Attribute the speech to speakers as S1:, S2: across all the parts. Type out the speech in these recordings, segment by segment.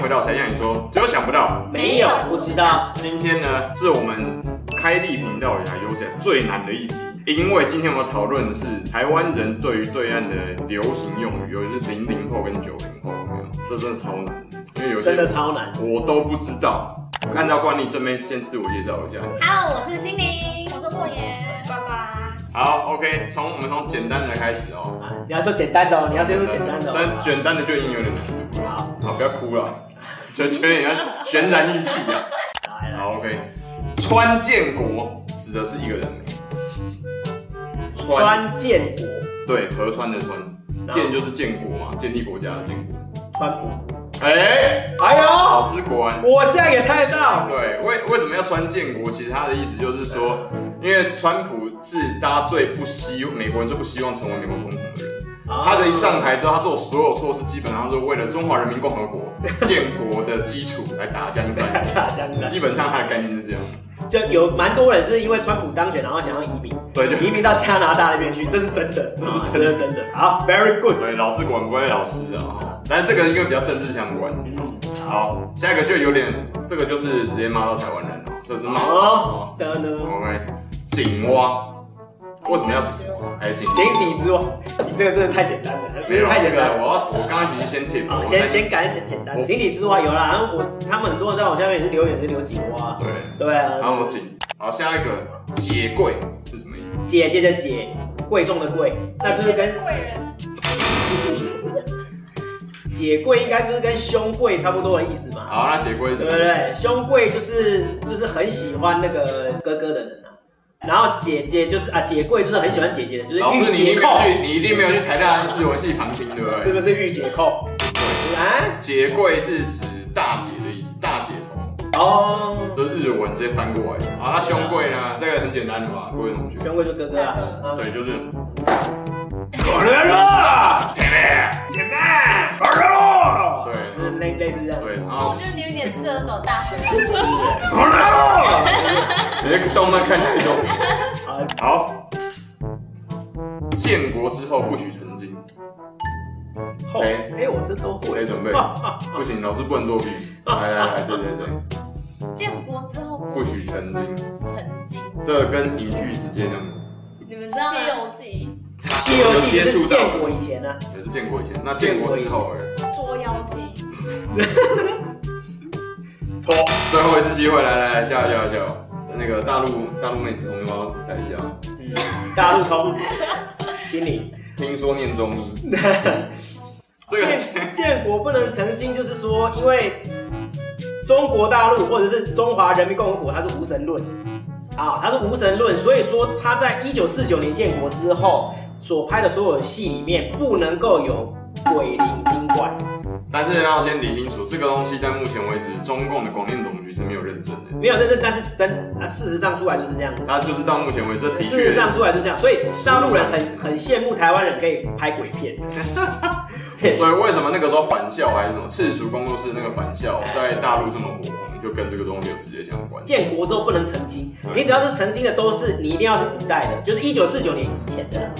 S1: 回到才向你说，只有想不到。
S2: 没有不知道，
S1: 今天呢，是我们开立频道以来有史以来最难的一集，因为今天我们讨论的是台湾人对于对岸的流行用语，尤其是零零后跟九零后，有没有这真的超难，因为有
S2: 真的
S1: 些
S2: 超难。
S1: 我都不知道。按照惯例，这边先自我介绍一下。
S3: Hello，我是心灵，我是莫言，我是呱呱。
S1: 好，OK，从我们从简单的开始哦。
S2: 啊你要说简单的哦，你要先说简单的
S1: 但
S2: 哦。
S1: 简单的就已经有点难度了。
S2: 好，
S1: 好，不要哭了，就就有点悬然欲泣啊。
S2: 来来，
S1: 好，OK，川建国指的是一个人名。
S2: 川建国，
S1: 对，河川的川，建就是建国嘛，建立国家的建国。
S2: 川普。
S1: 哎、
S2: 哎
S1: 老
S2: 呦，
S1: 师果然。
S2: 我这样也猜得到。
S1: 对，为为什么要川建国？其实他的意思就是说，因为川普是大家最不希美国人最不希望成为美国总统的人。
S2: 啊
S1: 他这一上台之后，他做所有措施基本上是为了中华人民共和国建国的基础来打江山。
S2: 大江南，
S1: 基本上他的概念是这样。
S2: 就有蛮多人是因为川普当选，然后想要移民，
S1: 对，就
S2: 移民到加拿大那边去，这是真的，这是真的真的。好，very good。
S1: 对，老师果然不会老师啊。但是这个因为比较政治相关。
S2: 嗯
S1: 好，下一个就有点，这个就是直接骂到台湾人了，这是骂。
S2: 哦
S1: 哦，
S2: 的呢？
S1: OK，井蛙，为什么要井？哎，井
S2: 井底之蛙，你这个真的太简单了，
S1: 没有
S2: 太
S1: 这
S2: 简
S1: 个
S2: 单了。，
S1: 我要我刚刚其实先 tip，
S2: 好，
S1: 我
S2: 先
S1: 再
S2: 先改简简单，
S1: 我
S2: 井底之蛙有啦，然后我他们很多人在我下面也是留言是留井蛙，
S1: 对，
S2: 对啊，
S1: 然后我井，好，下一个解柜是什么意思？
S2: 姐姐的姐，贵重的贵，那就是跟
S3: 贵人，
S2: 姐贵应该就是跟兄贵差不多的意思嘛，
S1: 好，那解柜是什
S2: 对
S1: 么
S2: 不
S1: 意思？
S2: 对？兄贵就是就是很喜欢那个哥哥的人啊，然后姐姐就是啊姐贵就是很喜欢姐姐的，呃就是
S1: 老师，
S2: 御
S1: 你一
S2: 姐
S1: 定没
S2: 控
S1: 有，去，你一定没有去台大日文系旁听，对不
S2: 是
S1: 对？
S2: 不是御姐控？啊，
S1: 解柜是指大姐的意思，大姐头，
S2: 哦，
S1: 就是日文直接翻过
S2: 啊
S1: 来。好，那胸柜呢？这个很简单的嘛，各位同学。
S2: 兄贵是哥哥啊，啊
S1: 对，就是。可乐乐，姐妹，姐妹，可乐。
S2: 就是
S1: 对，
S2: 类类似这样，
S1: 对，然
S3: 我
S1: 后
S3: 觉得你有点适合走大学。
S1: 可乐，直接动漫看太多。
S2: 啊，
S1: 好，建国之后不许成精，
S2: 后
S1: 谁
S2: 哎我这都会哦
S1: 谁。准备？不行，老师不能作弊。来来来，谁谁谁，
S3: 建国之后
S1: 不许成精，
S3: 曾经，
S1: 这跟影剧直接这样。
S3: 你们知道吗？
S4: 西游记
S2: 《西游记》
S1: 有接
S2: 是
S1: 触到
S2: 建国以前呢、啊，
S1: 也是建国以前，那建国之后哎，》
S4: 《捉妖记》
S2: 错，
S1: 最后一次机会，来来来，加油加油加油！那个大陆大陆妹子同学们要来一下，
S2: 嗯，大陆通，心里
S1: 听说念中医，这个
S2: 建建国不能曾经就是说，因为中国大陆或者是中华人民共和国，它是无神论啊，它是无神论，所以说它在一九四九年建国之后所拍的所有戏里面不能够有鬼灵精怪，
S1: 但是要先理清楚，这个东西在目前为止，中共的广电总局是没有认证的，
S2: 没有，但是但是真啊，事实上出来就是这样子。
S1: 它啊就是到目前为止，这的
S2: 事实
S1: 确
S2: 上出来就是这样，所以大陆人很很羡慕台湾人可以拍鬼片，
S1: 所以为什么那个时候返校还是什么赤足工作室那个返校在大陆这么火红，就跟这个东西有直接相关。
S2: 建国之后不能成精，
S1: 对
S2: 你只要是成精的都是你一定要是古代的，就是一九四九年以前的啦。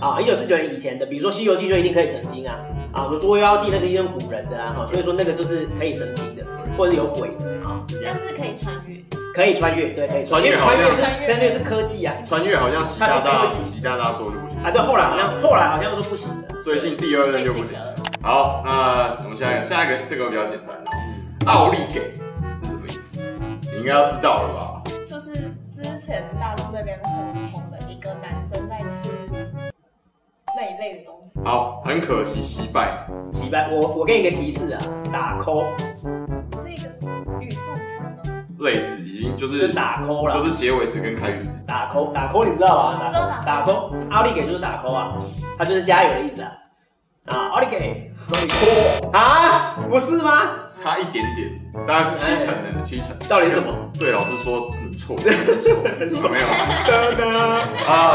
S2: 啊，一九四九年以前的，比如说《西游记》就一定可以成精啊，啊，比如《捉妖记》那个一定是古人的啊，哈，所以说那个就是可以成精的，或者是有鬼的啊，是这样
S4: 但是可以穿越，
S2: 可以穿越，对，可以穿越，因为穿
S1: 穿越
S2: 越
S1: 好
S2: 是
S4: 像
S2: 穿越是科技啊，
S1: 穿越好像习大大
S2: 它是科，
S1: 习大大说就不行，
S2: 啊，对，后来好像后来好像说不行的，
S1: 最近第二任就不行。好，那我们下一个，下一个这个比较简单哦，奥利给是什么意思？你应该要知道了吧？
S4: 就是之前大陆那边很红的一个男生在吃那一类的东西，
S1: 好，很可惜惜败，
S2: 洗白，我我给你一个提示啊，打 call
S4: 是一个语助词吗？
S1: 类似已经就是
S2: 就打 call 啦，
S1: 就是结尾时跟开语时，
S2: 打 call 打 call 你知道吧？
S4: 嗯知道
S2: 打 call 奥利给就是打 call 啊，它就是加油的意思啊。啊，奥利给，奥利给啊，不是吗？
S1: 差一点点，大概七成的七成。
S2: 到底是 什么？
S1: 对老师说很错， 很错，很错，没有啊？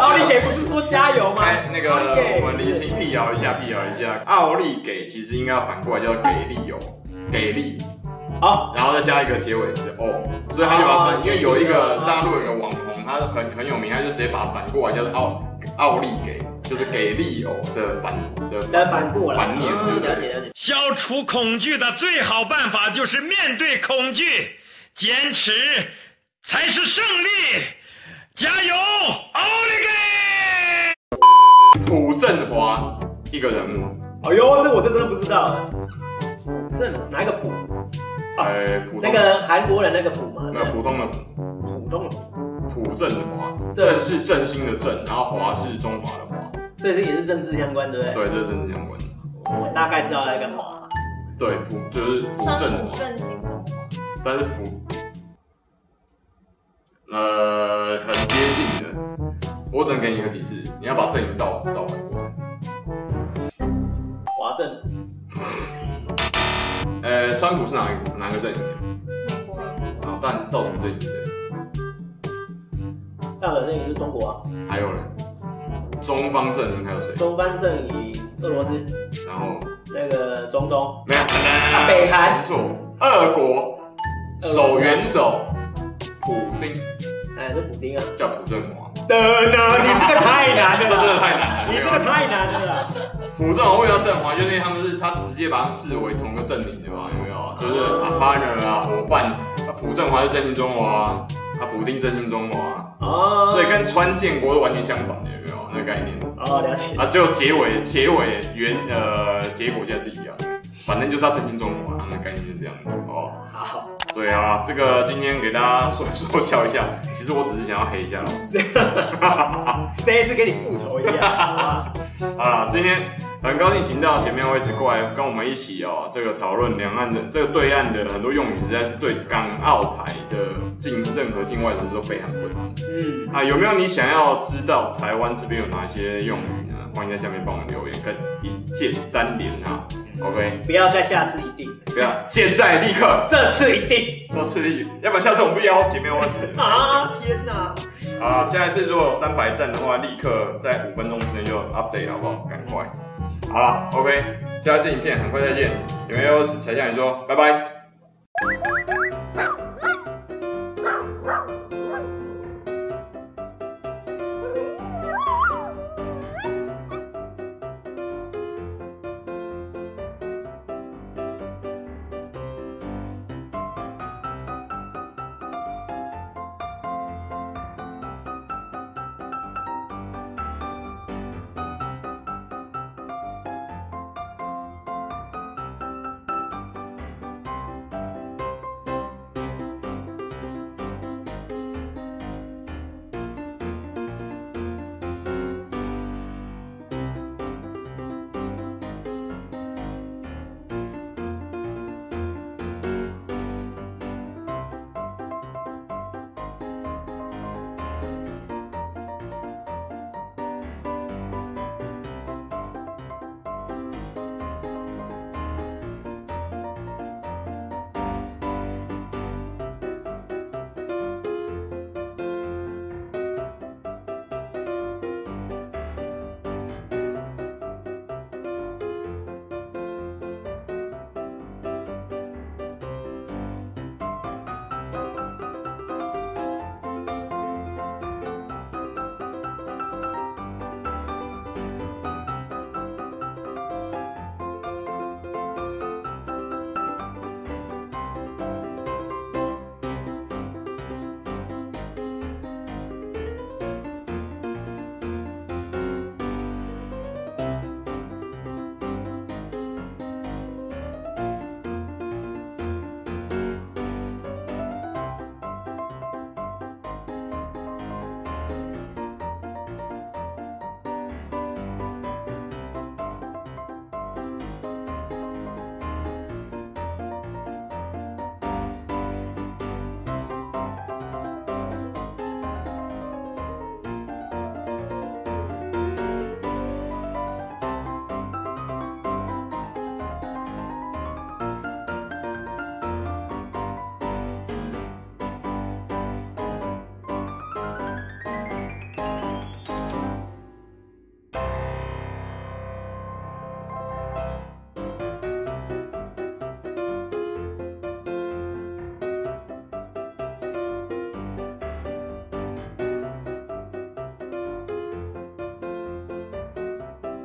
S2: 奥利给不是说加油吗？
S1: 哎，那个
S2: 奥利给
S1: 我们理性辟谣一下，辟谣一下。奥利给其实应该要反过来叫给力哦，给力，
S2: 好，
S1: 然后再加一个结尾是哦，所以他就把它
S2: 哦
S1: 翻，因为有一个大陆有一个网红，他很很有名，他就直接把它反过来叫做奥奥利给，就是给利偶的反的
S2: 的反过来，
S1: 反面，对
S2: 嗯
S1: 不
S2: 了解
S1: 对？
S2: 了解。
S5: 消除恐惧的最好办法就是面对恐惧，坚持才是胜利。加油，奥利给！
S1: 朴振华一个人物，
S2: 哎呦，这我就真的不知道了，是哪一个普？
S1: 呃，普通
S2: 那个韩国人那个普吗？
S1: 没有普通的普
S2: 普通的普，
S1: 朴振华，
S2: 振
S1: 振是振兴的振，然后华是中华的华，
S2: 这是也是政治相关，对不对？
S1: 对，这是政治相关的。
S2: 我大概知道在干嘛。
S1: 对，朴就是朴
S3: 川
S1: 振华
S3: 普，振兴中华，
S1: 但是朴，呃，很接近的。我只能给你一个提示，你要把阵营倒倒反过来。
S2: 华政
S1: 呃，川普是哪一个哪一个阵营的？
S4: 美国
S1: 然后但倒什么阵营的？
S2: 大的阵营是中国啊，
S1: 还有人，中方阵营还有谁？
S2: 中方阵营俄罗斯
S1: 然后
S2: 那个中东
S1: 没有，
S2: 啊北韩
S1: 重做俄国首元首普丁
S2: 哎，那普丁啊。
S1: 叫朴振华，
S2: 的呢？你这个太难
S1: 这
S2: 了
S1: 真的
S2: 啦，
S1: 太难了。
S2: 哎你这个太难了啦。
S1: 朴正宏为了振华，就是因为他们是他直接把他们视为同个阵营的嘛，有没有啊？就是啊 partner 啊伙伴，啊朴正华就振兴中华啊，啊普丁振兴中华啊，
S2: 哦，
S1: 所以跟川建国是完全相反的，有没有那个概念？
S2: 哦了解。
S1: 啊，最后结尾结尾原呃结果现在是一样的，反正就是要振兴中华，他们的概念是这样的哦。
S2: 好，
S1: 对啊，这个今天给大家说 说笑一下，其实我只是想要黑一下老师。
S2: 这一次给你复仇一下，好吧？
S1: 好啦，今天很高兴请到前面位置过来跟我们一起哦、这个讨论两岸的这个对岸的很多用语，实在是对港澳台的境任何境外人士都非常不同
S2: 嗯，
S1: 啊。有没有你想要知道台湾这边有哪些用语呢？欢迎在下面帮我们留言，跟一键三连啊。OK，
S2: 不要再下次一定，
S1: 不要，现在立刻
S2: 这次一定
S1: 做次立，要不然下次我们不邀姐妹位置。
S2: 啊！天哪，
S1: 好啦，下一次如果有三百赞的话，立刻在五分钟之内就 update 好不好？赶快。好了，OK，下一次影片很快再见。有没有史才向你说，拜拜。